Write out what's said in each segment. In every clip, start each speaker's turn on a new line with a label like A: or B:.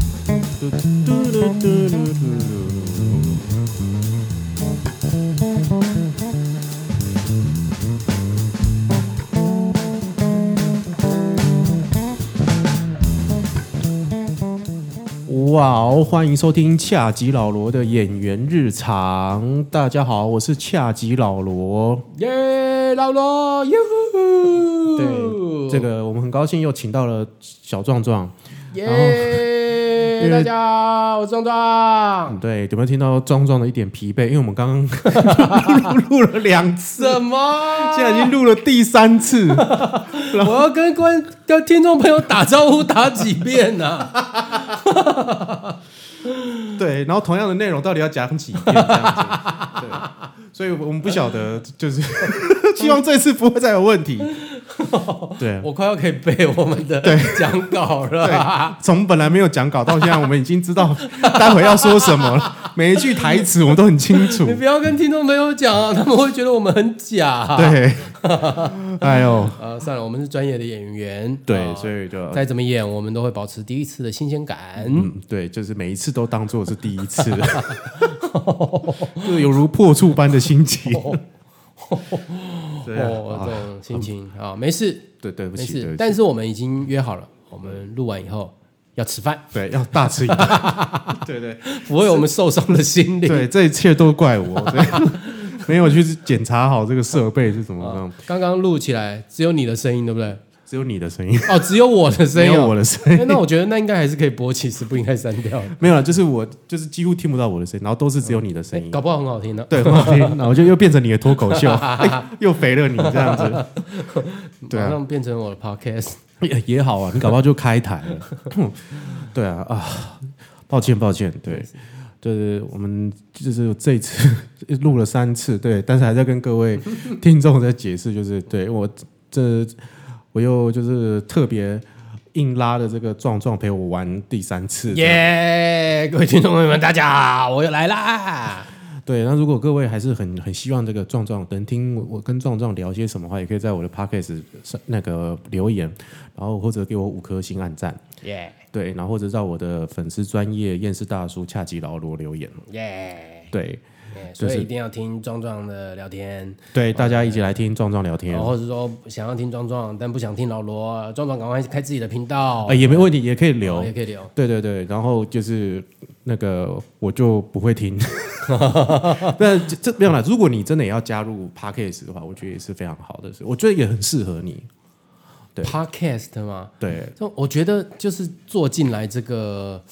A: 嘟嘟嘟嘟嘟嘟嘟。哇哦！欢迎收听恰吉老罗的演员日常。大家好，我是恰吉老罗。
B: 耶，老罗，耶呼！嗯
A: 对，这个我们很高兴又请到了小壮壮。
B: 耶， 大家好，我是壮壮。
A: 对，有没有听到壮壮的一点疲惫？因为我们刚刚 录录了两次，
B: 什么？
A: 现在已经录了第三次。
B: 我要跟观跟听众朋友打招呼打几遍呢、
A: 对，然后同样的内容到底要讲几遍？这样子对，所以我们不晓得，就是 希望这次不会再有问 题。对，
B: 我快要可以背我们的讲稿了。
A: 对，从本来没有讲稿到现在，我们已经知道待会要说什么了，每一句台词我们都很清楚
B: 你。不要跟听众朋友讲啊，他们会觉得我们很假、啊。，
A: 对，哎呦，哦
B: 呃，算了，我们是专业的演员。
A: 对，
B: 啊
A: 所以就
B: 再怎么演，我们都会保持第一次的新鲜感。
A: 嗯，对，就是每一次都当做是第一次， 就是有如破处般的心 情。对
B: 哦，
A: 啊
B: 这，种心情啊，没事，
A: 对，对不
B: 没
A: 起，对
B: 事。
A: 不起
B: 但是我们已经约好了，我们录完以后要吃饭，
A: 对，要大吃一顿。对对
B: 抚慰我们受伤的心 灵。
A: 对，这一切都怪我，对 没有去检查好这个设备是怎么样，
B: 刚刚录起来只有你的声音，对不对？
A: 只有你的声 音，
B: 哦，只有我的声
A: 没
B: 音
A: 有
B: 哦。
A: 我的声音，
B: 哎那我觉得那应该还是可以播起，是不应该删掉的。
A: 没有了，就是我就是几乎听不到我的声音，然后都是只有你的声音。
B: 搞不好很好听呢。
A: 对，很好听，然后就又变成你的脱口秀， 哎又肥了你这样子，对啊
B: 马上变成我的 podcast。
A: 也 也好啊，你搞不好就开台了。对啊啊，抱歉抱歉，对，就是我们就是这一次录了三次，对，但是还在跟各位听众在解释，就是对我这我又就是特别硬拉的这个壮壮陪我玩第三次，
B: 耶！各位听众朋友们，大家好，我又来啦！
A: 对，那如果各位还是很很希望这个壮壮能听我我跟壮壮聊些什么的话，也可以在我的 podcast 上那个留言，然后或者给我五颗星按赞，
B: 耶
A: 对，然后或者到我的粉丝专业厌世大叔恰吉老罗留言，
B: 耶！
A: 对
B: 耶
A: 就
B: 所
A: 是
B: 以一定要听壮壮的聊天，
A: 对，大家一起来听壮壮聊天
B: 然。后或者说想要听壮壮，但不想听老罗，壮壮赶快开自己的频道
A: 啊，，也没问题，也可以
B: 我
A: 留
B: 也。可以聊。
A: 对对对，然后就是那个我就不会 听。那这这没有啦，如果你真的也要加入 podcast 的话，我觉得也是非常好的事，我觉得也很适合你。对
B: Podcast 嘛，
A: 对
B: 就我觉得就是坐进来这个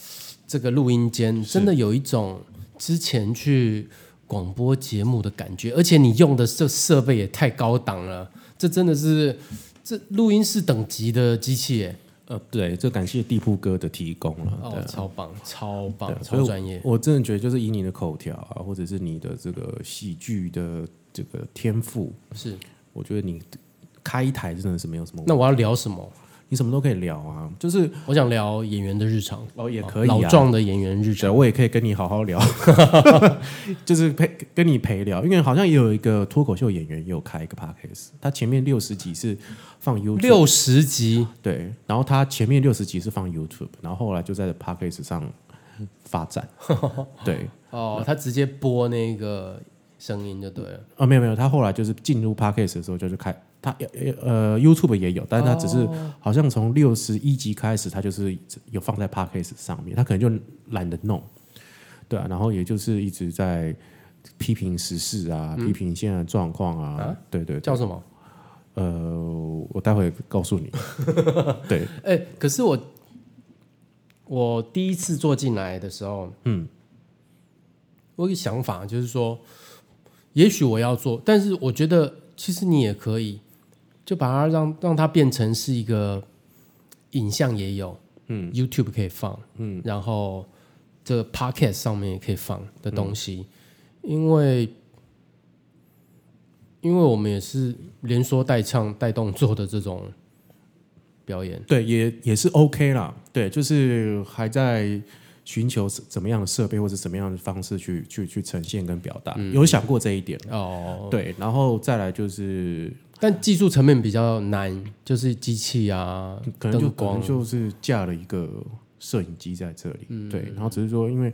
B: 这个录音间，真的有一种之前去广播节目的感觉，而且你用的设设备也太高档了，这真的是这录音室等级的机器耶，
A: 呃，对，这感谢地铺哥的提供了。对啊
B: 哦，超棒，超
A: 对啊
B: 棒，
A: 所以
B: 超
A: 我
B: 专业，
A: 我真的觉得，就是以你的口条啊，或者是你的这个喜剧的这个天赋，
B: 是。
A: 我觉得你开台真的是没有什么问题，
B: 那我要聊什么？
A: 你什么都可以聊啊，就是
B: 我想聊演员的日常，
A: 哦也可以、啊，
B: 老壮的演员日
A: 对，
B: 常，
A: 我也可以跟你好好聊， 就是陪跟你陪聊，因为好像也有一个脱口秀演员也有开一个 podcast，他前面六十集是放 YouTube，
B: 六十集，
A: 对，然后他前面六十集是放 YouTube，然后后来就在 podcast 上发展， 对，
B: 哦，他直接播那个声音就对了。
A: 哦，没有没有，他后来就是进入 podcast 的时候就是开他呃 YouTube 也有，但是他只是好像从六十一集开始，他就是有放在 podcast 上面，他可能就懒得弄，对啊，然后也就是一直在批评时事啊，批评现在的状况啊，
B: 啊
A: 对对对，
B: 叫什么？
A: 呃，我待会告诉你，对，
B: 哎、可是我我第一次坐进来的时候，嗯，我有一个想法就是说，也许我要做，但是我觉得其实你也可以，就把它让让它变成是一个影像也有，嗯，YouTube 可以放，嗯，然后这个 Podcast 上面也可以放的东西，因为。因为我们也是连说带唱带动作的这种表演，
A: 对，也也是 OK 啦。对，就是还在寻求怎么样的设备或者怎么样的方式去去去呈现跟表达，有想过这一点。
B: 哦，
A: 对，然后再来就是
B: 但技术层面比较难，就是机器啊，
A: 可能就
B: 灯
A: 可能
B: 光
A: 就是架了一个摄影机在这里，
B: 嗯
A: 对，然后只是说，因为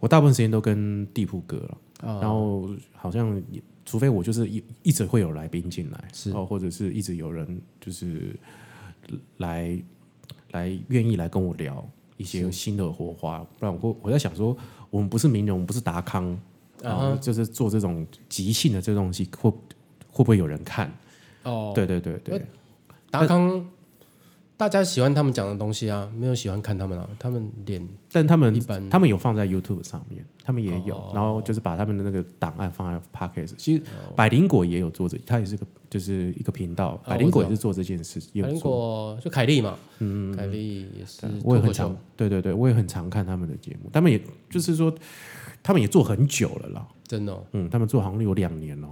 A: 我大部分时间都跟地铺哥了，
B: 啊
A: 然后好像也除非我就是一一直会有来宾进来，
B: 是
A: 哦，或者是一直有人就是来来愿意来跟我聊一些新的火花，不然我我在想说，我们不是名人，我们不是达康，然后
B: 啊
A: 就是做这种即兴的这东西，会会不会有人看？
B: 哦，
A: 对对对对，
B: 达康，大家喜欢他们讲的东西啊，没有喜欢看他们啊，他们脸
A: 但他
B: 一
A: 们
B: 般
A: 他们有放在 YouTube 上面，他们也有，
B: 哦
A: 然后就是把他们的那个档案放在 Podcast。其实百灵果也有做这，它也是个就是一个频道，
B: 哦
A: 百灵果也是做这件事，也
B: 反
A: 有
B: 正
A: 做。
B: 果就凯莉嘛，嗯，凯莉也是
A: 对我
B: 脱
A: 也很
B: 口秀
A: 常，对对对，我也很常看他们的节目，他们也就是说，他们也做很久了啦，
B: 真的哦
A: 嗯，他们做好像有两年哦，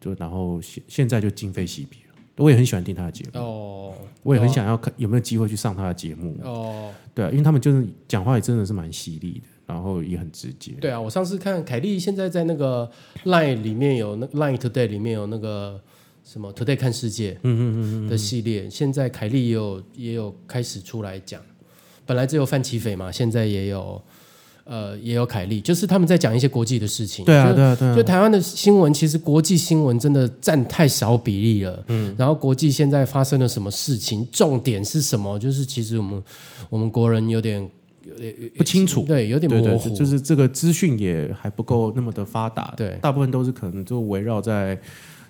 A: 就然后现现在就今非昔比了。我也很喜欢听他的节目，
B: 哦，
A: 我也很想要看有没有机会去上他的节目，
B: 哦，
A: 对啊，因为他们就是讲话也真的是蛮犀利的，然后也很直接，
B: 对啊，我上次看凯莉现在在那个 Line 里面有那 Line Today 里面有那个什么 Today 看世界，嗯嗯嗯的系列，现在凯莉也有也有开始出来讲，本来只有范奇斐嘛，现在也有呃也有凯莉，就是他们在讲一些国际的事情，
A: 对啊
B: 就
A: 对啊对啊，
B: 就台湾的新闻，其实国际新闻真的占太少比例了。嗯，然后国际现在发生了什么事情，重点是什么？就是其实我们我们国人有点
A: 不清楚，
B: 对，有点
A: 对对
B: 模，糊，
A: 就就是这个资讯也还不够那么的发达，
B: 对
A: 大部分都是可能就围绕在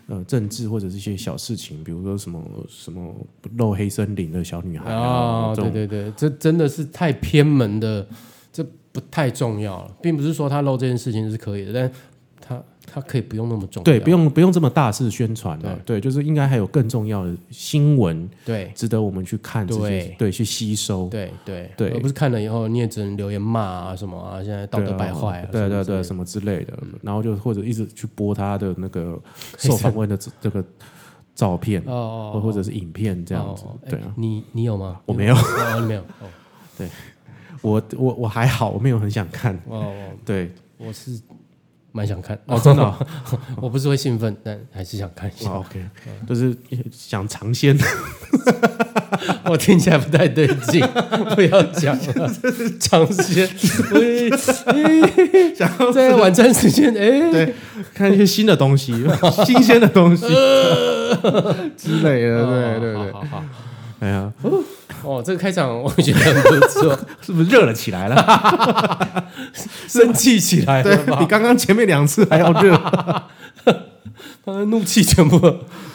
A: 呃政治或者是一些小事情，比如说什么什么露黑森林的小女孩啊，
B: 啊、
A: 这
B: 对
A: 种
B: 对对，这真的是太偏门的，这不太重要了，并不是说他漏这件事情是可以的，但他他可以不用那么重要，
A: 对，不用不用这么大肆宣传了、对，就是应该还有更重要的新闻
B: 对
A: 值得我们去看这些，
B: 对
A: 对，去吸收，
B: 对对
A: 对啊
B: 而不是看了以后你也只能留言骂啊什么啊，现在道德败坏啊，
A: 对啊
B: 什
A: 对啊对啊，
B: 么之类的嗯
A: 什么之类的，然后就或者一直去播他的那个 受访问的这这个照片，
B: 哦哦，
A: 或或者是影片这样子
B: 哦，
A: 对啊
B: 哎。你你有吗？
A: 我没有
B: 哦，你没有。哦
A: 我我我还好，我没有很想看。
B: 哦，哦
A: 对，
B: 我是蛮想看。
A: 哦，真的 哦、
B: 我不是会兴奋，但还是想看一下。
A: 哦 OK，就是想尝鲜。
B: 我听起来不太对 劲，不要讲了，长时 间。喂哎在晚餐时间，哎，
A: 对，看一些新的东西， 新鲜的东西 哦之类的，对对对，
B: 哦好好好。
A: 哎呀，
B: 哦，这个开场我觉得很不错，
A: 是不是热了起来了？
B: 生气起来
A: 对
B: 了吧
A: 比？刚刚前面两次还要热。
B: 刚刚怒气全部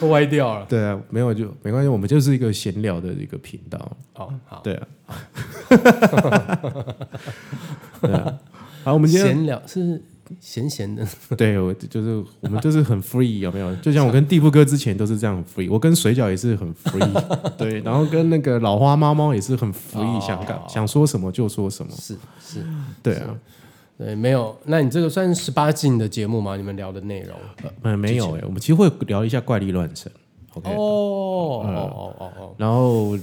B: 都歪掉了。
A: 对啊，没有就没关系，我们就是一个闲聊的一个频道。
B: 哦，好，
A: 对 啊，对啊。好，我们今天
B: 闲聊是闲闲的，
A: 对我就是我们就是很 free，有没有？就像我跟地步哥之前都是这样很 free，我跟水饺也是很 free，对，然后跟那个老花猫猫也是很 free，、
B: 哦
A: 想干想说什么就说什么，
B: 是是。
A: 对啊，
B: 对，没有。那你这个算十八禁的节目吗？你们聊的内容？
A: 嗯，没有哎、我们其实会聊一下怪力乱神，OK，、
B: 哦哦哦哦
A: 然后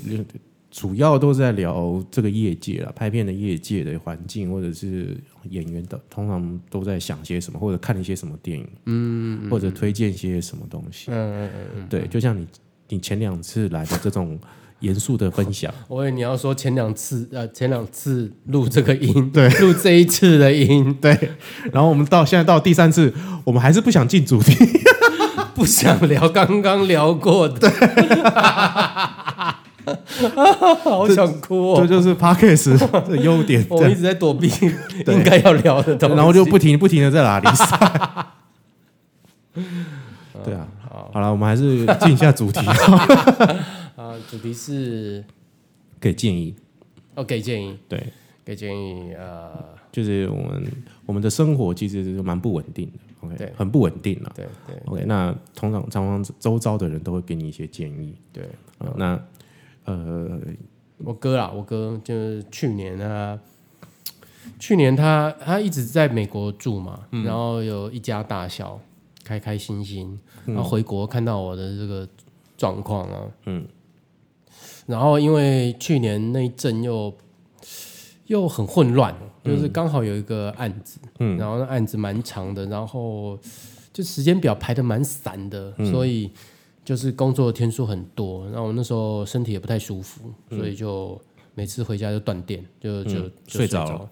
A: 主要都是在聊这个业界啦，拍片的业界的环境，或者是演员的，通常都在想些什么，或者看一些什么电影，嗯，或者推荐一些什么东西，
B: 嗯嗯嗯嗯。
A: 对，就像你你前两次来的这种严肃的分享，
B: 我以为你要说前两次，呃，前两次录这个音，对，录这一次的音，
A: 对，然后我们到现在到第三次，我们还是不想进主题，
B: 不想 聊刚刚聊过的。 好想哭
A: 这
B: 哦！
A: 就是 Parkes 的优点。
B: 我们一
A: 对
B: 直在躲避应该要聊的东西，
A: 然后就不停不停的在拉里塞。 对
B: 嗯
A: 啊，好了，我们还是进一下主 题，
B: 啊，主题是
A: 给建议。
B: 哦，给建议，
A: 对，
B: 给建议，呃，
A: 就是我们我们的生活其实是蛮不稳定的，OK，
B: 对
A: 很不稳定啊。
B: 对对
A: OK，那通常常常周遭的人都会给你一些建议。
B: 对，
A: 啊那呃，
B: 我哥啊啦，我哥就是去年他，去年他他一直在美国住嘛，
A: 嗯
B: 然后有一家大小，开开心心，
A: 嗯
B: 然后回国看到我的这个状况啊，嗯，然后因为去年那一阵又又很混乱，
A: 嗯
B: 就是刚好有一个案子，嗯，然后那案子蛮长的，然后就时间表排的蛮散的，
A: 嗯
B: 所以。就是工作的天数很多，然后我那时候身体也不太舒服，所以就每次回家就断电，就就,、
A: 嗯
B: 就
A: 睡着
B: 着
A: 了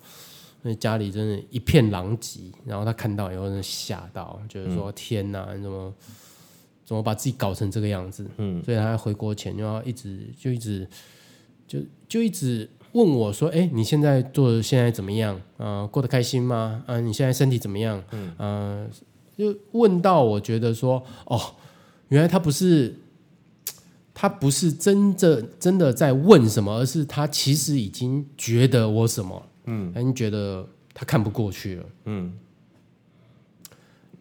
B: 那家里真的一片狼藉，然后他看到以后真的吓到，觉得
A: 嗯
B: 说、天哪，你怎么怎么把自己搞成这个样子？嗯，所以他回国前就要一直就一直就就一直问我说：“哎、你现在做的现在怎么样？啊、过得开心吗？啊、你现在身体怎么样？嗯，呃，就问到我觉得说，哦，原来他不是他不是真正真的在问什么，而是他其实已经觉得我什么，嗯，已经觉得他看不过去了，嗯。”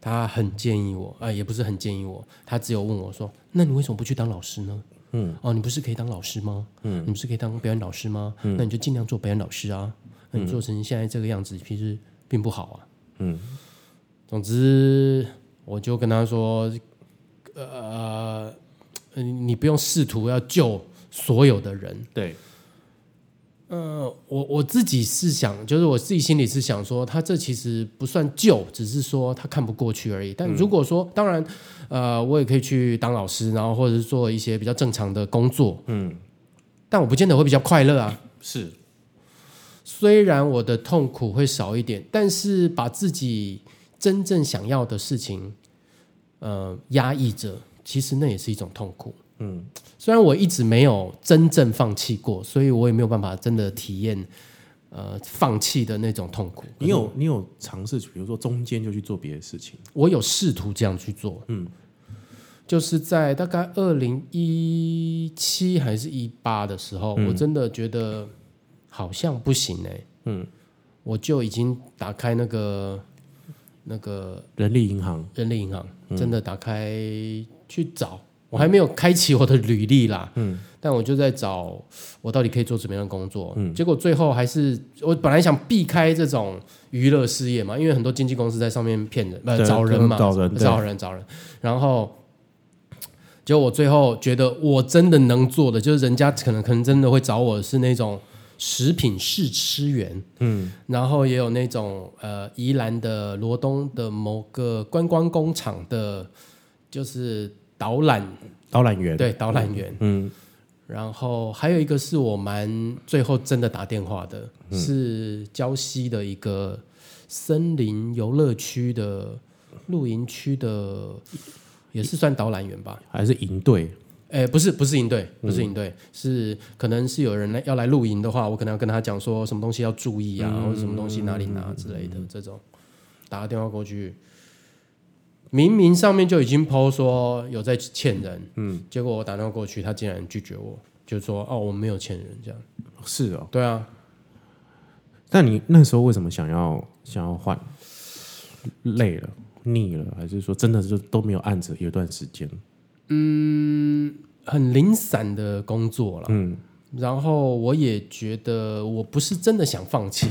B: 他很建议我，啊、也不是很建议我，他只有问我说：“那你为什么不去当老师呢？”嗯，哦，你不是可以当老师吗？嗯，你不是可以当表演老师吗？
A: 嗯
B: 那你就尽量做表演老师啊。那你做成现在这个样子，其实并不好啊。
A: 嗯，
B: 总之我就跟他说，呃，呃你不用试图要救所有的人。
A: 对，
B: 呃，我我自己是想，就是我自己心里是想说，他这其实不算旧，只是说他看不过去而已。
A: 嗯
B: 但如果说，当然，呃，我也可以去当老师，然后或者是做一些比较正常的工作，
A: 嗯，
B: 但我不见得会比较快乐啊。
A: 是，
B: 虽然我的痛苦会少一点，但是把自己真正想要的事情，呃，压抑着，其实那也是一种痛苦。
A: 嗯，
B: 虽然我一直没有真正放弃过，所以我也没有办法真的体验，呃，放弃的那种痛苦。
A: 你有你有尝试，比如说中间就去做别的事情，
B: 我有试图这样去做，嗯，就是在大概二零一七还是一八的时候，我真的觉得好像不行哎、
A: 嗯，
B: 我就已经打开那个那个
A: 人力银行，
B: 人力银行，真的打开去找，我还没有开启我的履历啦，嗯，但我就在找我到底可以做什么样的工作，嗯，结果最后还是我本来想避开这种娱乐事业嘛，因为很多经纪公司在上面骗人，呃，
A: 对
B: 找人嘛，
A: 找人对
B: 找人，找人，然后。结果我最后觉得我真的能做的，就是人家可能可能真的会找我的是那种食品试吃员，
A: 嗯，
B: 然后也有那种呃宜兰的罗东的某个观光工厂的，就是导览
A: 导览员，，
B: 对导览员，
A: 嗯
B: 然后还有一个是我蛮最后真的打电话的，
A: 嗯
B: 是礁溪的一个森林游乐区的露营区的，也是算导览员吧。
A: 还是营队，
B: 哎，不是，不是营队，不是营队，是可能是有人来要来露营的话，我可能要跟他讲说什么东西要注意啊，或者什么东西哪里拿之类的这种，打个电话过去，明明上面就已经 PO 说有在欠人，嗯，结果我打电话过去，他竟然拒绝我，就说哦我们没有欠人这样，
A: 是哦。
B: 对啊，
A: 那你那时候为什么想要想要换？累了、腻了，还是说真的就都没有案子？有一段时间，
B: 很零散的工作了，
A: 嗯，
B: 然后我也觉得我不是真的想放弃，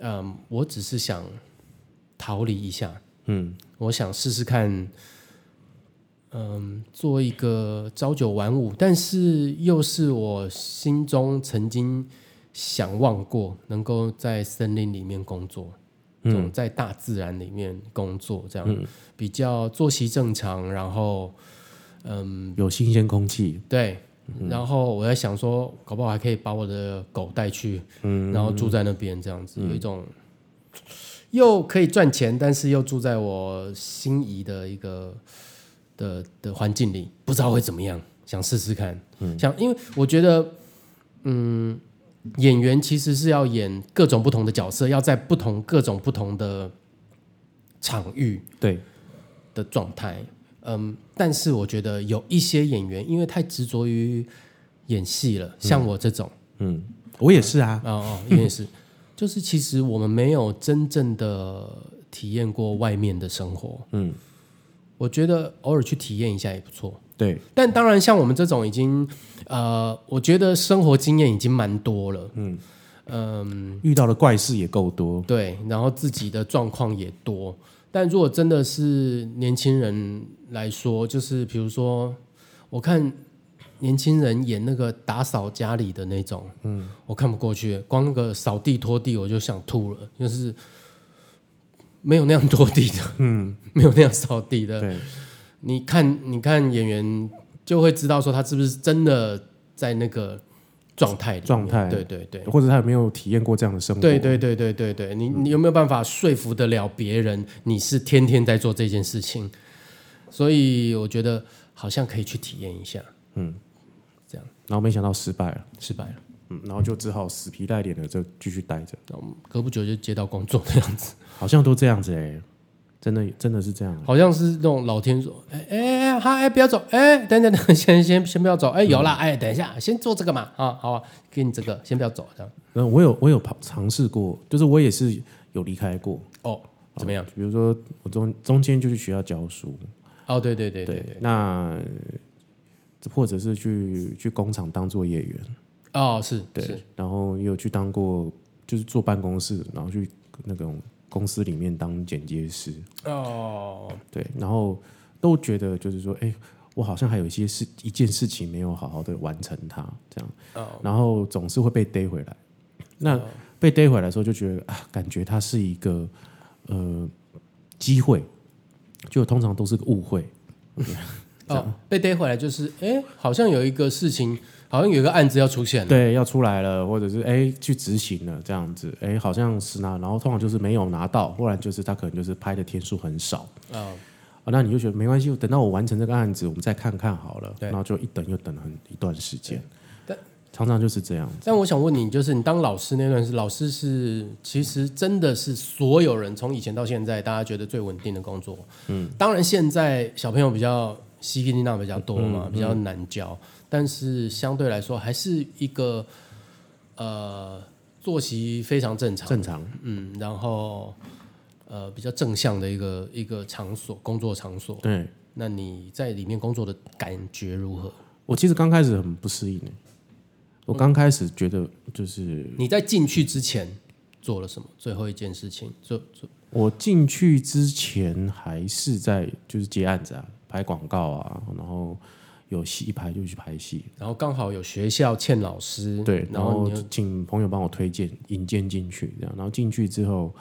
B: 嗯，我只是想逃离一下，
A: 嗯，
B: 我想试试看，嗯，做一个朝九晚五，但是又是我心中曾经想望过能够在森林里面工作，
A: 嗯
B: 这种在大自然里面工作，这样、比较作息正常，然后嗯，
A: 有新鲜空气，
B: 对，然后我在想说，搞不好还可以把我的狗带去，然后住在那边这样子，有一种又可以赚钱，但是又住在我心仪的一个的的环境里，不知道会怎么样，想试试看。想，因为我觉得，嗯，演员其实是要演各种不同的角色，要在不同各种不同的场域，
A: 对，
B: 的状态。嗯，但是我觉得有一些演员因为太执着于演戏了，像我这种，
A: 嗯，我也是啊，
B: 哦哦，你也是，就是其实我们没有真正的体验过外面的生活。
A: 嗯，
B: 我觉得偶尔去体验一下也不错。
A: 对，
B: 但当然，像我们这种已经，呃，我觉得生活经验已经蛮多了。嗯嗯，
A: 遇到的怪事也够多，
B: 对，然后自己的状况也多。但如果真的是年轻人来说，就是比如说，我看年轻人演那个打扫家里的那种，嗯，我看不过去，光那个扫地拖地我就想吐了，就是没有那样拖地的，嗯，没有那样扫地的，
A: 对，
B: 你看，你看演员就会知道说他是不是真的在那个状态里面
A: 状态
B: 对对对。
A: 或者他有没有体验过这样的生活？
B: 对对对对对对，你你有没有办法说服得了别人？你是天天在做这件事情，所以我觉得好像可以去体验一下。
A: 然后没想到失败了，
B: 失败了，
A: 嗯，然后就只好死皮赖脸的就继续待着，
B: 隔不久就接到工作的样子，
A: 好像都这样子哎、真的真的是这样、
B: 好像是那种老天说，哎哎哎，嗨，哎不要走，哎，等等等，先先先不要走，哎，有啦，哎，等一下，先做这个嘛，啊，好啊，给你这个，先不要走，这样，
A: 嗯，我有我有跑尝试过，就是我也是有离开过，
B: 哦，怎么样？
A: 比如说我中中间就去学校教书，
B: 哦，对对对对对，
A: 那或者是去去工厂当作业员，
B: 哦，是是
A: 对，然后也有去当过就是坐办公室，然后去那种公司里面当剪接师，
B: 哦，
A: 对，然后都觉得就是说，哎，我好像还有一些事一件事情没有好好的完成它，这样，
B: 哦
A: 然后总是会被逮回来。那被逮回来的时候，就觉得啊，感觉它是一个呃机会，就通常都是个误会，
B: 哦，被逮回来就是，哎，好像有一个事情，好像有一个案子要出现了，
A: 对，要出来了，或者是哎去执行了这样子，哎好像是拿，然后通常就是没有拿到，不然就是他可能就是拍的天数很少。
B: 啊，
A: 啊，那你就觉得没关系，等到我完成这个案子，我们再看看好了。
B: 对
A: 然后就一等又等了很一段时间，
B: 但
A: 常常就是这样。
B: 但我想问你，就是你当老师那段是老师是其实真的是所有人从以前到现在大家觉得最稳定的工作，嗯，当然现在小朋友比较稀里那比较多嘛，比较难教，但是相对来说还是一个呃作息非常正常，
A: 正常，
B: 嗯，然后呃比较正向的一个一个场所工作场所，
A: 对
B: 那你在里面工作的感觉如何？
A: 我其实刚开始很不适应欸我刚开始觉得就是
B: 你在进去之前做了什么？最后一件事情做做
A: 我进去之前还是在就是接案子啊，拍广告啊，然后有戏一拍就去拍戏，
B: 然后刚好有学校欠老师，
A: 对，然
B: 然
A: 后
B: 你又
A: 请朋友帮我推荐引荐进去，这样，然后进去之后，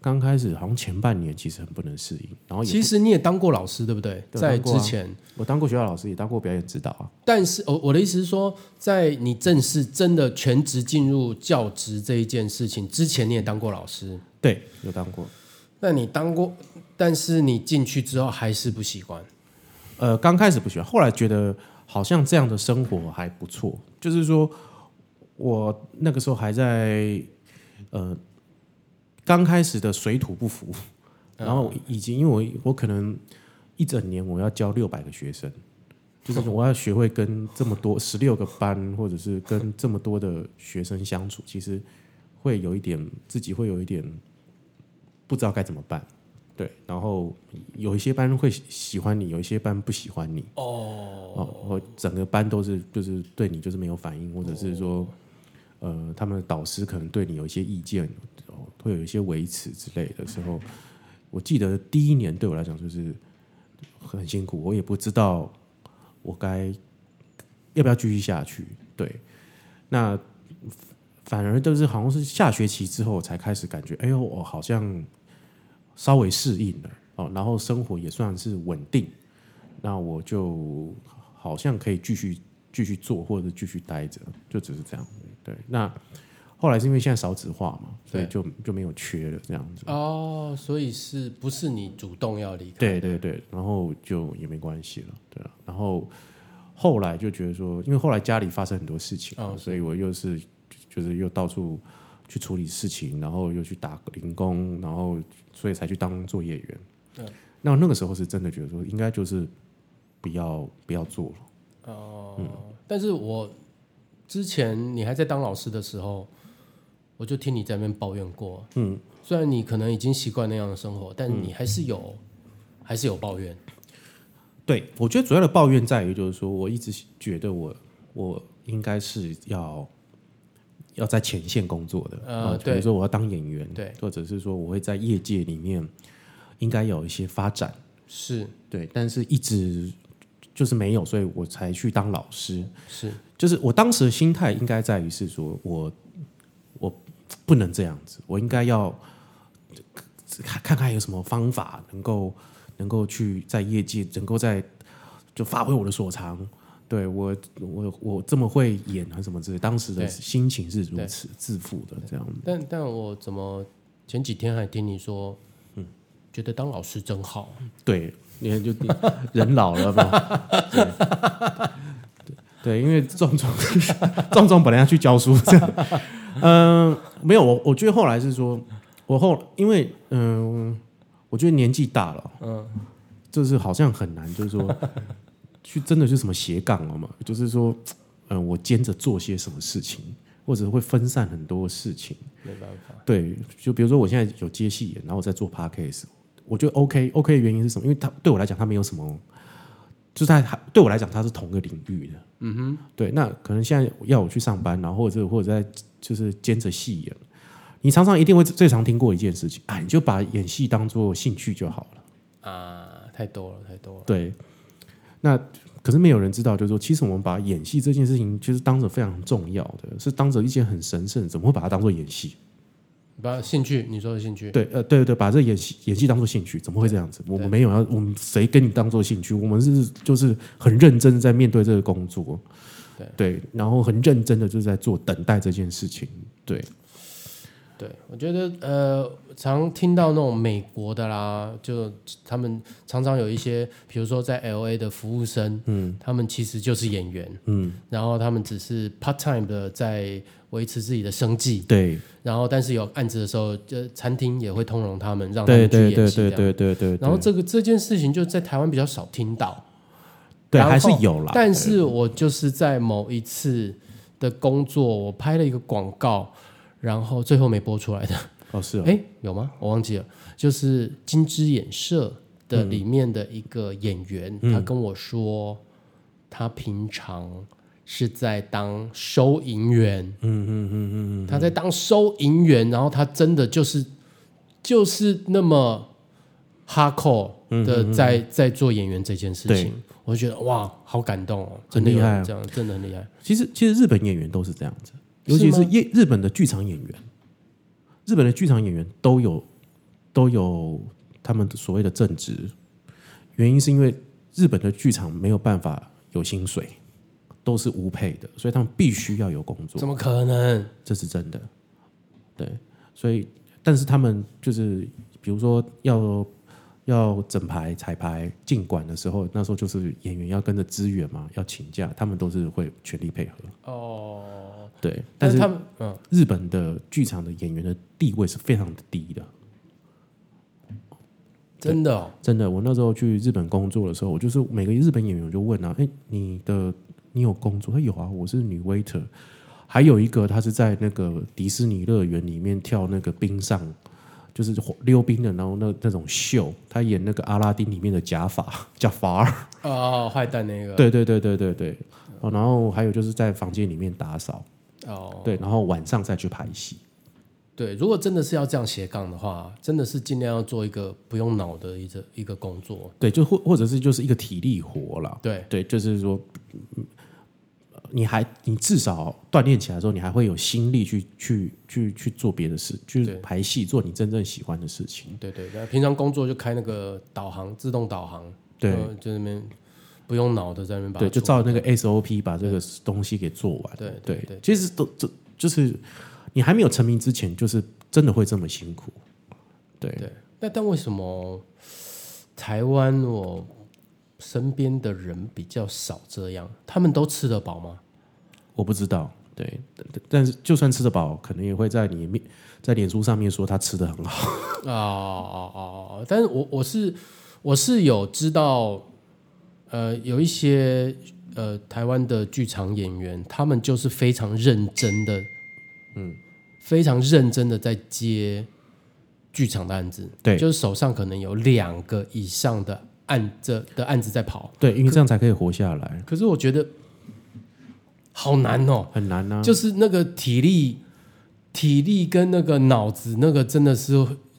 A: 刚开始好像前半年其实很不能适应，然后也
B: 其实你也当过老师，对不对？
A: 对
B: 在
A: 当过啊
B: 之前，
A: 我当过学校老师，也当过表演指导啊，
B: 但是哦我我的意思是说，在你正式真的全职进入教职这一件事情之前，你也当过老师。
A: 对，有当过。
B: 那你当过，但是你进去之后还是不习惯，
A: 呃，刚开始不喜欢，后来觉得好像这样的生活还不错。就是说我那个时候还在呃刚开始的水土不服，然后已经因为我我可能一整年我要教六百个学生，就是我要学会跟这么多十六个班，或者是跟这么多的学生相处，其实会有一点自己会有一点不知道该怎么办。对，然后有一些班会喜喜欢你，有一些班不喜欢你。哦，哦，我整个班都是就是对你就是没有反应，或者是说，呃，他们的导师可能对你有一些意见，哦会有一些维持之类的时候，我记得第一年对我来讲就是很辛苦，我也不知道我该要不要继续下去。对，那反而就是好像是下学期之后我才开始感觉，哎呦，我好像稍微适应了哦，然后生活也算是稳定，那我就好像可以继续继续做或者继续待着，就只是这样。对，那后来是因为现在少子化嘛，所以
B: 对
A: 就就没有缺了这样子。
B: 哦，所以是不是你主动要离开？
A: 对对对，然后就也没关系了，对啊。然后后来就觉得说，因为后来家里发生很多事情，
B: 哦
A: 所以我又是就是又到处去处理事情，然后又去打零工，然后所以才去当作业员。那那个时候是真的觉得说，应该就是不要不要做了。
B: 哦，但是我之前你还在当老师的时候，我就听你在那边抱怨过。嗯，虽然你可能已经习惯那样的生活，但你还是有，还是有抱怨。
A: 对，我觉得主要的抱怨在于，就是说我一直觉得我我应该是要要在前线工作的，
B: 呃
A: 啊比如
B: 对
A: 说我要当演员，
B: 对，
A: 或者是说我会在业界里面应该有一些发展，
B: 是
A: 对，但是一直就是没有，所以我才去当老师。
B: 是，
A: 就是我当时的心态应该在于是说我我不能这样子，我应该要看看看有什么方法能够能够去在业界能够在就发挥我的所长，对我我我这么会演啊什么之类，当时的
B: 对
A: 心情是如
B: 对
A: 此自负的这样。
B: 但但我怎么前几天还听你说，觉得当老师真好，
A: 对，你看就人老了 嘛。对对，因为壮壮壮壮本来要去教书，这样，嗯、没有，我我觉得后来是说，我后因为嗯、我觉得年纪大了，嗯，就是好像很难，就是说去真的是什么斜杠了嘛，就是说，嗯、我兼着做些什么事情，或者会分散很多事情，
B: 没办法，
A: 对，就比如说我现在有接戏演，然后我在做 podcast，我觉得 OK OK 的原因是什么？因为它对我来讲，它没有什么，就是它它对我来讲，它是同个领域的。嗯哼，对。那可能现在要我去上班，然后或者或者在就是兼着戏演，你常常一定会最常听过一件事情，啊，你就把演戏当做兴趣就好了。
B: 啊，太多了，太多了。
A: 对，那。可是没有人知道，就是说，其实我们把演戏这件事情，就是当着非常重要的，是当着一件很神圣，怎么会把它当做演戏？
B: 把兴趣，你说的兴趣，
A: 对，呃，对对对，把这演戏演戏当做兴趣，怎么会这样子？我们没有要，我们谁跟你当做兴趣？我们是就是很认真地在面对这个工作，
B: 对
A: 然后很认真的就是在做等待这件事情，对，
B: 对，我觉得呃，常听到那种美国的啦，就他们常常有一些，比如说在 L A 的服务生，嗯，他们其实就是演员，
A: 嗯，
B: 然后他们只是 part time 的在维持自己的生计，
A: 对，
B: 然后但是有案子的时候，就餐厅也会通融他们，让他
A: 对
B: 们去
A: 对
B: 演
A: 对
B: 戏这
A: 对
B: 样。
A: 对对对，
B: 然后这个这件事情就在台湾比较少听到，
A: 对
B: 然后
A: 还是有啦，
B: 但是我就是在某一次的工作，我拍了一个广告，然后最后没播出来的。
A: 哦是哦，
B: 哎，有吗？我忘记了，就是《金枝演社》的里面的一个演员，
A: 嗯
B: 他跟我说，他平常是在当收银员，嗯嗯嗯嗯，他在当收银员，然后他真的就是就是那么 hardcore 的在、在做演员这件事
A: 嗯对
B: 情，我就觉得哇，好感动哦，
A: 很
B: 真的有
A: 厉害
B: 人
A: 啊
B: 这样真的很厉害，
A: 其实其实日本演员都是这样子，尤其
B: 是
A: 是
B: 吗
A: 日日本的剧场演员，日本的剧场演员都有都有他们所谓的正职，原因是因为日本的剧场没有办法有薪水，都是无配的，所以他们必须要有工作
B: 怎，么可能？
A: 这是真的。对，所以但是他们就是比如说要。要整排彩排进馆的时候，那时候就是演员要跟着支援嘛，要请假，他们都是会全力配合。
B: 哦，
A: 对，但
B: 但是
A: 是
B: 他们嗯。
A: 日本的剧场的演员的地位是非常的低的，
B: 真的、哦，
A: 真的。我那时候去日本工作的时候，我就是每个日本演员我就问啊，哎、你的你有工作？他有啊，我是女 waiter。还有一个他是在那个迪士尼乐园里面跳那个冰上，就是溜冰的，然后那那种秀，他演那个阿拉丁里面的假发假发儿。
B: 哦，坏蛋那 个，
A: 对对对对对对。哦，然后还有就是在房间里面打扫，
B: 哦，
A: 对，然后晚上再去拍戏。
B: 对，如果真的是要这样斜杠的话，真的是尽量要做一个不用脑的一个一个工作。
A: 对，就或或者是就是一个体力活啦。
B: 对，
A: 对，就是说，嗯你还你至少锻炼起来之后，你还会有心力去去去去做别的事，去
B: 对
A: 排戏，做你真正喜欢的事情。
B: 对对，那平常工作就开那个导航，自动导航，
A: 对
B: 呃就那边不用脑的在那边把它
A: 对，就
B: 出来
A: 照那个 SOP 把这个东西给做完。
B: 对
A: 对
B: 对对，
A: 其实都这就是你还没有成名之前，就是真的会这么辛苦。对，
B: 对。那但为什么台湾我身边的人比较少这样？他们都吃得饱吗？
A: 我不知道。对，但但是就算吃得饱，可能也会在你面在脸书上面说他吃的很好。
B: 哦哦哦哦！但是我我是我是有知道，呃，有一些呃台湾的剧场演员，他们就是非常认真的，嗯，非常认真的在接剧场的案子，
A: 对
B: 就是手上可能有两个以上的案这的案子在跑。
A: 对，因为这样才可以活下来，
B: 可是我觉得好难哦，
A: 很难啊。
B: 就是那个体力、体力跟那个脑子，那个真的是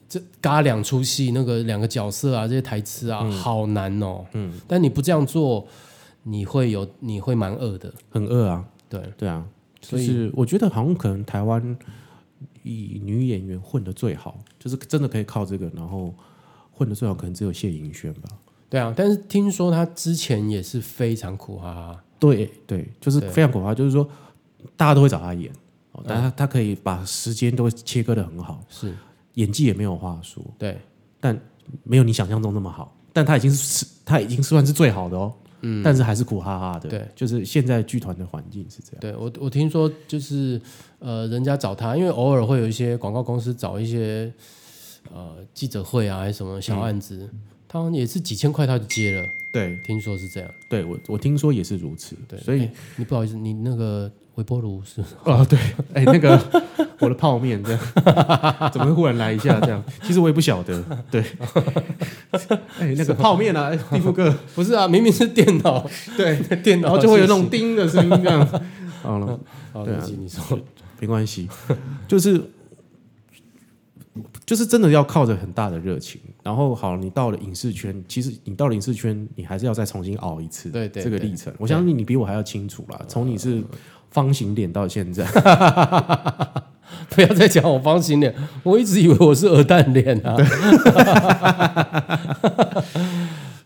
B: 这嘎两出戏，那个两个角色啊，这些台词啊，好难哦。嗯，但你不这样做，你会有你会蛮饿的。
A: 很饿啊。
B: 对，
A: 对啊，就
B: 所以
A: 是我觉得好像可能台湾以女演员混的最好，就是真的可以靠这个，然后混的最好可能只有谢盈萱吧。
B: 对啊。但是听说他之前也是非常苦哈哈，
A: 对对，就是
B: 对
A: 非常可怕，就是说大家都会找他演，哦但他
B: 嗯
A: 他可以把时间都切割的很好，
B: 是
A: 演技也没有话说，
B: 对，
A: 没有你想象中那么好，但他已经是他已经算是最好的哦，嗯，但是还是苦哈哈的，
B: 对，
A: 就是现在剧团的环境是这样，
B: 对我我听说就是呃，人家找他，因为偶尔会有一些广告公司找一些呃记者会啊，还是什么小案子，他好像也是几千块他就接了，
A: 对
B: 听说是这样。
A: 对，我我听说也是如此，
B: 对，
A: 所以
B: 哎你不好意思，你那个微波炉是
A: 啊，对，哎，那个我的泡面这样，怎么会忽然来一下这样？其实我也不晓得，对，哎，那个泡面啊，哎蒂夫 哥，
B: 不是啊？明明是电脑，
A: 对，
B: 电
A: 然
B: 脑
A: 后就会有那
B: 是
A: 种叮的声音这样，好了，
B: 好，
A: 对
B: 对
A: 啊
B: 不起，你说
A: 没关系，就是就是真的要靠着很大的热情，然后好，你到了影视圈，其实你到了影视圈，你还是要再重新熬一次，
B: 对对
A: 这个
B: 对
A: 历程，我相信你比我还要清楚啦，从你是方形脸到现在，
B: 不要再讲我方形脸，我一直以为我是鹅蛋脸啊。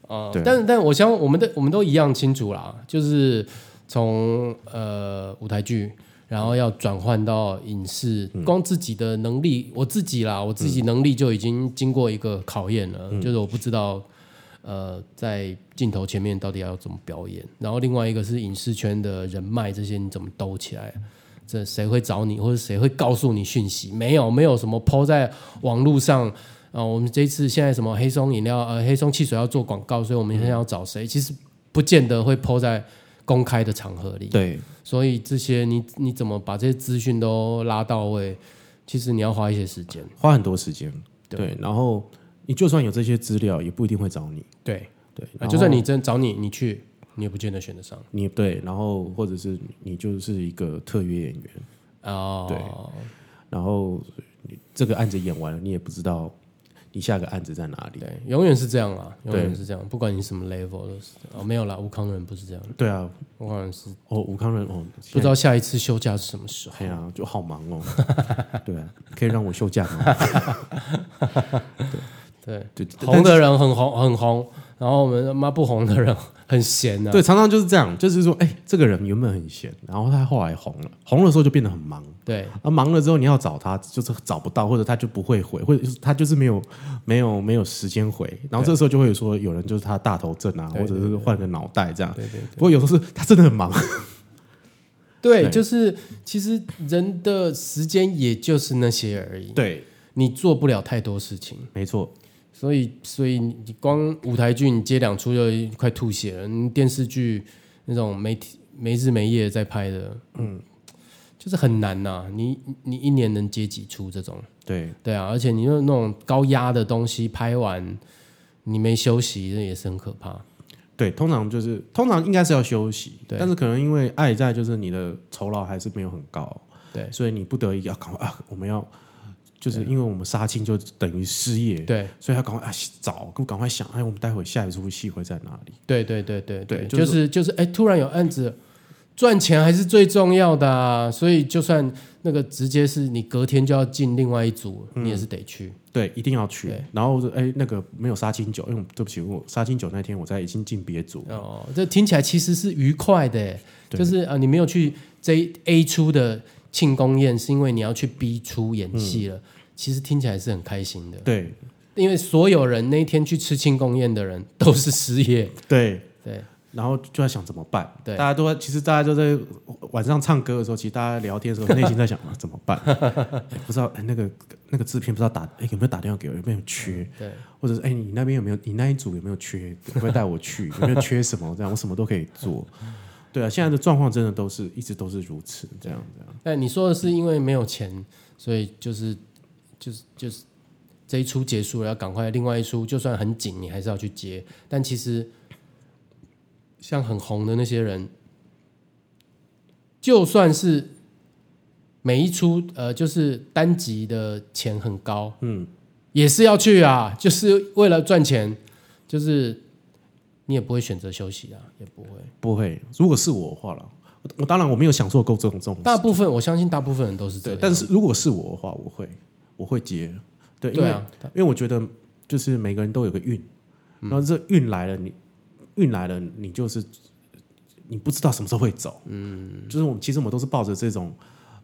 B: 哦
A: 对
B: 但但我相信我们的我们都一样清楚啦，就是从呃舞台剧，然后要转换到影视，光自己的能力，我自己啦，我自己能力就已经经过一个考验了，就是我不知道呃在镜头前面到底要怎么表演，然后另外一个是影视圈的人脉这些你怎么兜起来。这谁会找你，或者谁会告诉你讯息？没有，没有什么抛在网络上。啊、我们这一次现在什么黑松饮料、呃黑松汽水要做广告，所以我们现在要找谁？其实不见得会抛在公开的场合里。
A: 对，
B: 所以这些你你怎么把这些资讯都拉到位？其实你要花一些时间。
A: 花很多时间，
B: 对
A: 对，然后你就算有这些资料，也不一定会找你，
B: 对，
A: 对，
B: 啊、
A: 然后
B: 就算你真找你，你去，你也不见得选得上。
A: 你对，然后或者是你就是一个特约演员，
B: 哦，
A: 对然后你这个案子演完了，你也不知道你下个案子在哪里，
B: 对，永远是这样啦，永远
A: 对
B: 是这样，不管你什么 level 都是这样。哦，没有啦，吴康仁不是这样，
A: 对啊，
B: 吴康仁是
A: 哦，吴康仁哦，
B: 不
A: 现
B: 知
A: 在
B: 道下一次休假是什么时候。
A: 哎呀，就好忙哦，对啊，可以让我休假 吗？
B: 对，
A: 对，
B: 红的人很红很红，然后我们他妈不红的人很闲啊的、
A: 对，常常就是这样，就是说，哎，这个人原本很闲，然后他后来红了，红了之后就变得很忙，
B: 对
A: 啊，忙了之后你要找他，就是找不到，或者他就不会回，或者就是他就是没有没有没有时间回，然后这时候就会有说有人就是他大头症啊，
B: 对
A: 或者是换个脑袋这样。
B: 对对
A: 不过有时候是他真的很忙，
B: 对
A: 对
B: 就是其实人的时间也就是那些而 已，
A: 对，
B: 你做不了太多事情，
A: 没错，
B: 所以所以你光舞台剧你接两出就快吐血了，你电视剧那种没没日没夜在拍的，嗯，就是很难呐、你你一年能接几出这种？
A: 对
B: 对啊，而且你用那种高压的东西拍完，你没休息，那也是很可怕。
A: 对，通常就是通常应该是要休息，
B: 对
A: 但是可能因为爱在，就是你的酬劳还是没有很高，
B: 对
A: 所以你不得已要赶快啊，我们要就是因为我们杀青就等于失业，
B: 对
A: 所以要赶快啊找，赶快想，哎，我们待会下一出戏会在哪里？
B: 对对对对
A: 对就
B: 就是是就是，哎、突然有案子，赚钱还是最重要的啊。所以就算那个直接是你隔天就要进另外一组，你也是得去。
A: 对，一定要去
B: 对。
A: 然后我说，哎，那个没有杀青酒，因为我对不起，我杀青酒那天我在已经进别组，
B: 哦，这听起来其实是愉快的耶，
A: 对
B: 就是啊，你没有去 J A 出的庆功宴，是因为你要去 B 出演戏了。其实听起来是很开心的，
A: 对
B: 因为所有人那一天去吃庆功宴的人都是失业，
A: 对，
B: 对
A: 然后就在想怎么办。
B: 对
A: 大家都在，其实大家都在晚上唱歌的时候，其实大家聊天的时候，内 心在想、啊、怎么 办、哎不知道、哎、那个那个制片不知道打、哎、有没有打电话给我，有没有缺，
B: 对
A: 或者是哎你那边有没有你那一组有没有缺，会不会带我去， 有没有缺什么这样，我什么都可以做。对啊，现在的状况真的都是一直都是如此，这样这样。
B: 但你说的是因为没有钱，所以就是就是就是这一出结束了，要赶快另外一出，就算很紧，你还是要去接。但其实像很红的那些人，就算是每一出呃，就是单集的钱很高，嗯，也是要去啊，就是为了赚钱，就是你也不会选择休息啊，也不会。
A: 不会，如果是我的话了，我我当然我没有享受够这种这种
B: 大部分我相信大部分人都是这
A: 对
B: 样，，
A: 但是如果是我的话，我会我会接，对，因
B: 对
A: 为、
B: 啊，
A: 因为我觉得就是
B: 嗯
A: 每个人都有个运，然后这运来了，你运来了，你就是你不知道什么时候会走，嗯，就是我们其实我们都是抱着这种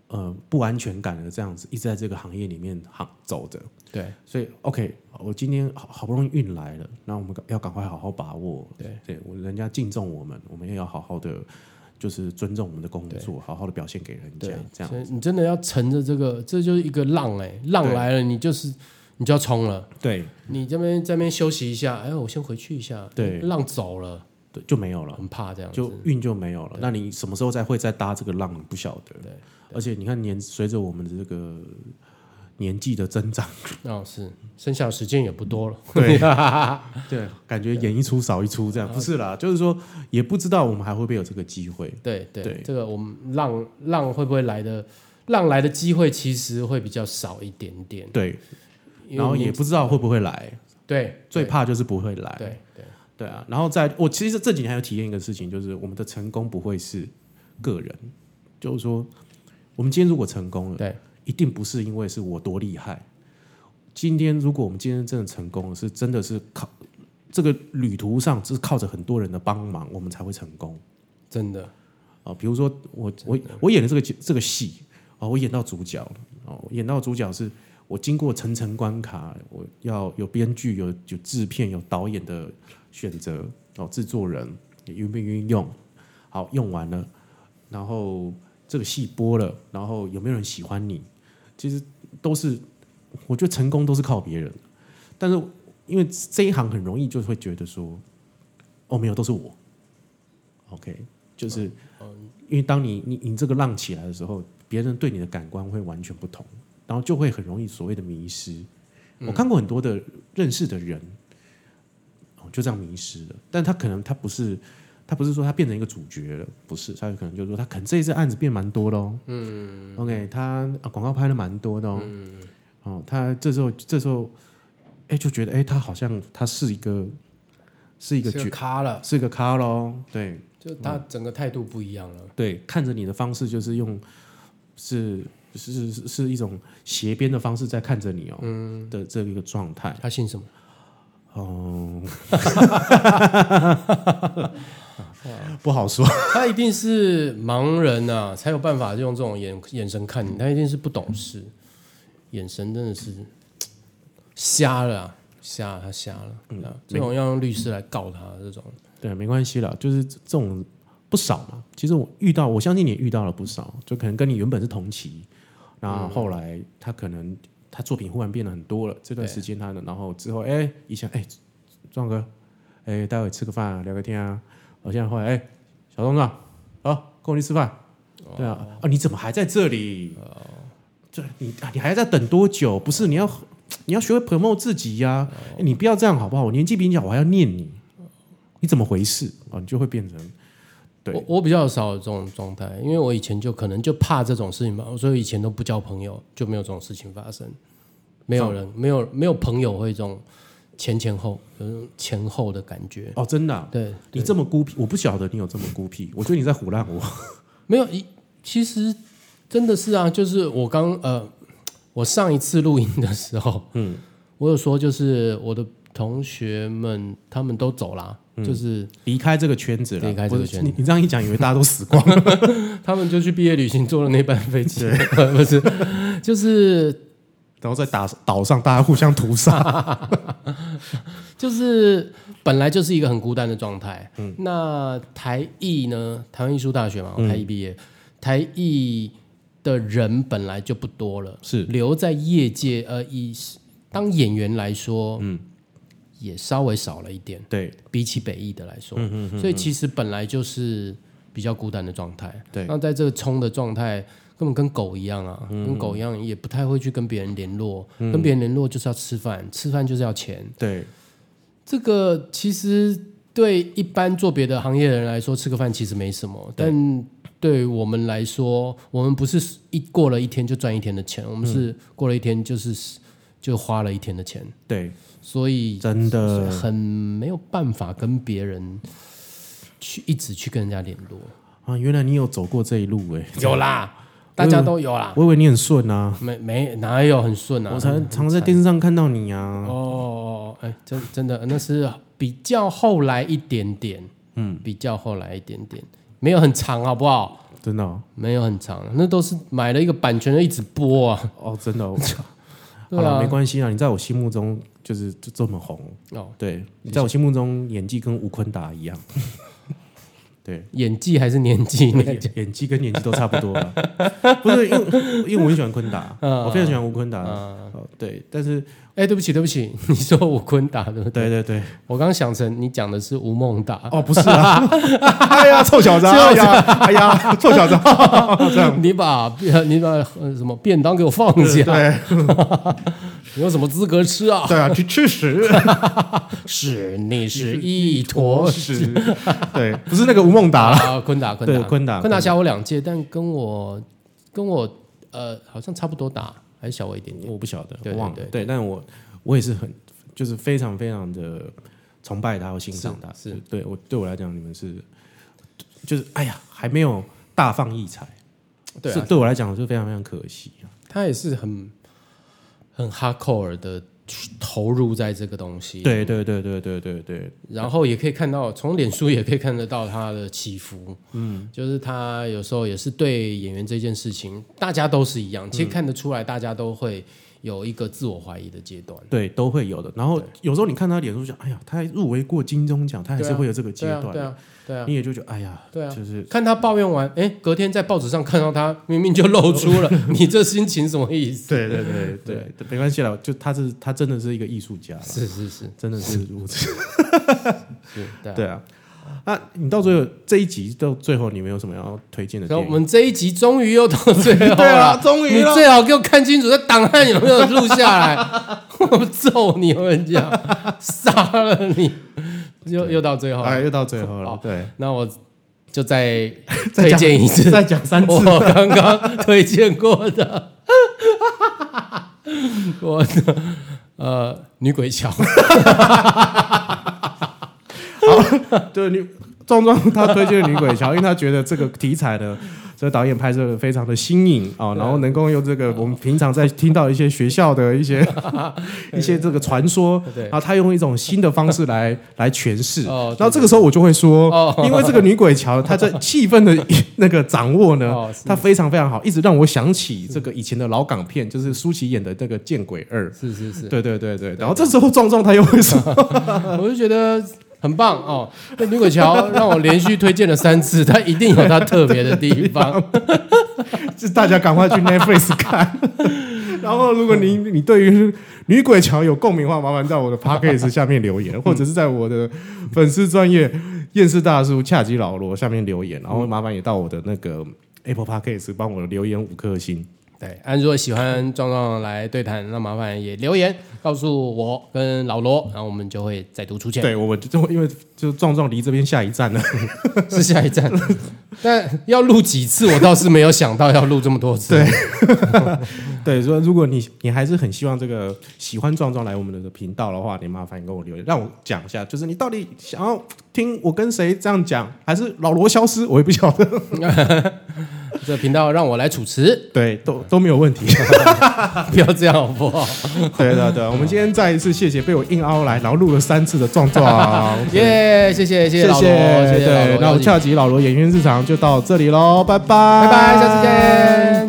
A: 呃不安全感的这样子，一直在这个行业里面行走的。
B: 对
A: 所以 OK，我今天好好不容易运来了，那我们赶要赶快好好把握。
B: 对，
A: 对我人家敬重我们，我们也要好好的，就是尊重我们的工作，好好的表现给人家
B: 对，，
A: 这样
B: 所以你真的要乘着这个，这就是一个浪哎、浪
A: 对
B: 来了你就是你就要冲了，
A: 对
B: 你这边这边休息一下，哎，我先回去一下，
A: 对
B: 浪走了，
A: 对就没有了，
B: 很怕这样子，
A: 就运就没有了。那你什么时候再会再搭这个浪，你不晓得。
B: 对，
A: 而且你看年随着我们的这个年纪的增 长，
B: 哦是，剩下的时间也不多了，
A: 对对，感觉演一出少一出这样，不是
B: 嗯
A: 啦，就是说也不知道我们还会不会有这个机会。
B: 对对，
A: 对
B: 这个我们浪浪会不会来的，浪来的机会其实会比较少一点点，
A: 对，
B: 因为
A: 然后
B: 你
A: 也不知道会不会来，
B: 对
A: 最怕就是不会来。
B: 对对
A: 对啊，然后在我其实这几年还有体验一个事情，就是我们的成功不会是个人，就是说我们今天如果成功了，
B: 对
A: 一定不是因为是我多厉害。今天如果我们今天真的成功了，是真的是靠这个旅途上是靠着很多人的帮忙，我们才会成功
B: 真的
A: 啊、比如说我我我演的这个这个戏啊、我演到主角了哦，我演到主角是我经过层层关卡，我要有编剧、有有制片、有导演的选择哦，制作人也运不运用？好，用完了，然后这个戏播了，然后有没有人喜欢你？其实都是，我觉得成功都是靠别人，但是因为这一行很容易就会觉得说，哦，没有，都是我。OK，就是因为当你你你这个浪起来的时候，别人对你的感官会完全不同，然后就会很容易所谓的迷失。我看过很多的认识的人，哦，就这样迷失了。但他可能他不是，他不是说他变成一个主角了，不是，他有可能就是说他可能这一次案子变蛮多的哦。嗯，OK，他啊广告拍的蛮多的哦。哦，他这时候这时候，哎，就觉得哎，他好像他是一个是一个嗯
B: 就
A: 角，
B: 咖了，
A: 是一个咖喽。对，
B: 就他整个态度不一样了，
A: 对，看着你的方式就是用是是是是一种斜边的方式在看着你哦、的这一个状态。
B: 他姓什么？
A: 哦，不好说。
B: 他一定是盲人啊，才有办法用这种眼眼神看你。他一定是不懂事，眼神真的是瞎了、啊，瞎了他瞎了。嗯、这种要用律师来告他，这种
A: 对，没关系啦，就是这种不少嘛。其实我遇到，我相信你也遇到了不少，就可能跟你原本是同期，然后后来他可能他作品忽然变得很多了，这段
B: 对
A: 时间他的，然后之后哎，以前哎，壮哥，哎，待会吃个饭啊，聊个天啊，我现在后来哎，小壮壮，好，跟我去吃饭。对啊，啊，你怎么还在这里？对，你啊你还在等多久？不是，你要你要学会 promote 自己呀、哎你不要这样好不好？我年纪比你小，我还要念你。你怎么回事啊？你就会变成对
B: 我我比较少有这种状态，因为我以前就可能就怕这种事情吧，所以以前都不交朋友，就没有这种事情发生。没有人，没有没有朋友会这种前前后有这种前后的感觉。
A: 哦，真的啊、
B: 对，
A: 你这么孤僻，我不晓得你有这么孤僻，我觉得你在胡乱我。
B: 没有，一其实真的是啊，就是我刚呃，我上一次录音的时候，嗯，我有说就是我的同学们他们都走啦，就是
A: 离开这个圈子了，
B: 离开这个
A: 不是
B: 圈子
A: 你你这样一讲，以为大家都死光了。
B: 他们就去毕业旅行坐了那班飞机， 不是，就是
A: 然后在打岛上，大家互相屠杀。
B: 就是本来就是一个很孤单的状态。嗯，那台艺呢，台湾艺术大学嘛，我台艺毕业，台艺的人本来就不多了。
A: 是
B: 留在业界，呃，以当演员来说，嗯，也稍微少了一点，
A: 对
B: 比起北艺的来说，嗯所以其实本来就是比较孤单的状态。
A: 对
B: 那在这个冲的状态，根本跟狗一样啊，跟狗一样，也不太会去跟别人联络，跟别人联络就是要吃饭，吃饭就是要钱，
A: 对
B: 这个其实对一般做别的行业的人来说，吃个饭其实没什么，
A: 对
B: 但对我们来说，我们不是一过了一天就赚一天的钱，我们是过了一天就是就花了一天的钱，
A: 对，
B: 所以
A: 真的
B: 很没有办法跟别人去一直去跟人家联络。
A: 啊！原来你有走过这一路哎、
B: 有啦，大家都有啦，
A: 我以为你很顺啊，
B: 没没哪有很顺啊？
A: 我才常在电视上看到你啊。
B: 哦，哎，真真的那是比较后来一点点，嗯，比较后来一点点。没有很长，好不好？
A: 真的哦，
B: 没有很长，那都是买了一个版权就一直播啊。
A: 哦真的哦，
B: 对
A: 好了，
B: 啊
A: 没，关系啊，你在我心目中就是就这么红，
B: 哦，
A: 对，你在我心目中演技跟吴坤 达一样，对，
B: 演技还是年纪？你
A: 演演技跟年纪都差不多了， 不是因为因为我很喜欢坤
C: 啊
A: 达，我非常喜欢吴坤达，哦对，但是
B: 哎，对不起，对不起，你说吴坤达对不对？
A: 对对对，
B: 我刚想成你讲的是吴孟达，
A: 哦不是啊，
C: 哎呀，臭小子！哎呀，哎呀，臭小子！啊 这样
B: 你把你把呃什么便当给我放下，
C: 对
B: 你有什么资格吃啊？
C: 对啊，去吃屎！
B: 是你是一坨屎。
C: 屎！对，哦不是那个吴孟达了。
B: 啊，昆达，昆
A: 对
B: 达，
A: 昆达
B: 昆达小我两届，但跟我跟我呃好像差不多大，还是小我一点点。
A: 我不晓得，
B: 对
A: 我忘了，
B: 对
A: 对，但我我也是很就是非常非常的崇拜他，我欣赏他，
B: 是是
A: 对我对我来讲，你们是就是哎呀，还没有大放异彩，
B: 对
A: 是
B: 啊，
A: 对我来讲是非常非常可惜啊，
B: 他也是很很 hardcore 的投入在这个东西，，
A: 对对对对对对对，
B: 然后也可以看到，从脸书也可以看得到他的起伏，嗯，就是他有时候也是对演员这件事情，大家都是一样，其实看得出来，大家都会有一个自我怀疑的阶段，
A: 对，都会有的。然后有时候你看他脸书讲，哎呀，他还入围过金钟奖，他还
B: 对啊
A: 是会有这个阶
B: 对啊，
A: 段
B: 对
A: 的，
B: 啊，对啊，
A: 你也就觉得哎呀，
B: 对啊
A: 就是
B: 看他抱怨完，哎，隔天在报纸上看到他明明就露出 了，你这心情什么意思？
C: 对对对对，
A: 对，没关系了，就他是他真的是一个艺术家啦，
B: 是是是
A: 真的是如此。
B: 是，对啊。
A: 对啊，那你到最后这一集到最后，你们有什么要推荐的
B: 然
A: 电
B: 后
A: 影？
B: 我们这一集终于又到最后了，
C: 对啊终于
B: 你
C: 了
B: 最好给我看清楚这档案有没有录 下来，我揍你！我跟你讲，杀了你！又又到最后了，啊
A: 哎，又到最后了
B: 好，
A: 对，
B: 那我就再
C: 再
B: 推
C: 讲
B: 荐一次，
C: 再讲三次。
B: 我刚刚推荐过 的，我的呃女鬼桥。
A: 就是你壮壮他推荐《女鬼桥》，因为 他觉得这个题材呢，这个导演拍摄的非常的新颖啊、然后能够用这个我们平常在听到一些学校的一 些一些这个传说，
B: 对
A: 然后他用一种新的方式来来诠释。
B: 哦对
A: 然后这个时候我就会说，
B: 哦
A: 因为这个《女鬼桥》它在气氛的 那个掌握呢，
B: 哦是
A: 它非常非常好，一直让我想起这个以前的老港片，就是舒淇演的那个《见鬼二》。
B: 是是是，
A: 对对对对，然后这时候壮壮他又会说，
B: 我就觉得很棒哦。那女鬼桥让我连续推荐了三次，它一定有它特别的地 方。
A: 就大家赶快去 Netflix 看。 然后，如果你你对于女鬼桥有共鸣的话，麻烦在我的 podcast 下面留
B: 嗯
A: 言，或者是在我的粉丝专业厌世大叔恰吉老罗下面留
B: 嗯
A: 言，然后麻烦也到我的那个 Apple podcast 帮我留言五颗星。
B: 对，安如果喜欢壮壮来对谈，那麻烦也留言告诉我跟老罗，然后我们就会再读出去。
A: 对，我们就因为就壮壮离这边下一站了，
B: 是下 一站。但要录几次，我倒是没有想到要录这么多次。对，
A: 对，所以如果你你还是很希望这个喜欢壮壮来我们的频道的话，你麻烦跟我留言，让我讲一下，就是你到底想要听我跟谁这样讲，还是老罗消失，我 也不晓得。
B: 这频道让我来主持，
A: 对，都都没有问题。
B: 不要这样好不好？
A: 对对对，我们今天再一次谢谢被我硬凹来，然后录了三次的壮壮，
B: 耶，谢谢谢
A: 谢
B: 老罗，谢谢老
A: 对
B: 罗，
A: 那我
B: 邀
A: 们
B: 请
A: 下集老罗演员日常就到这里喽，拜拜，
B: 拜拜，下次见。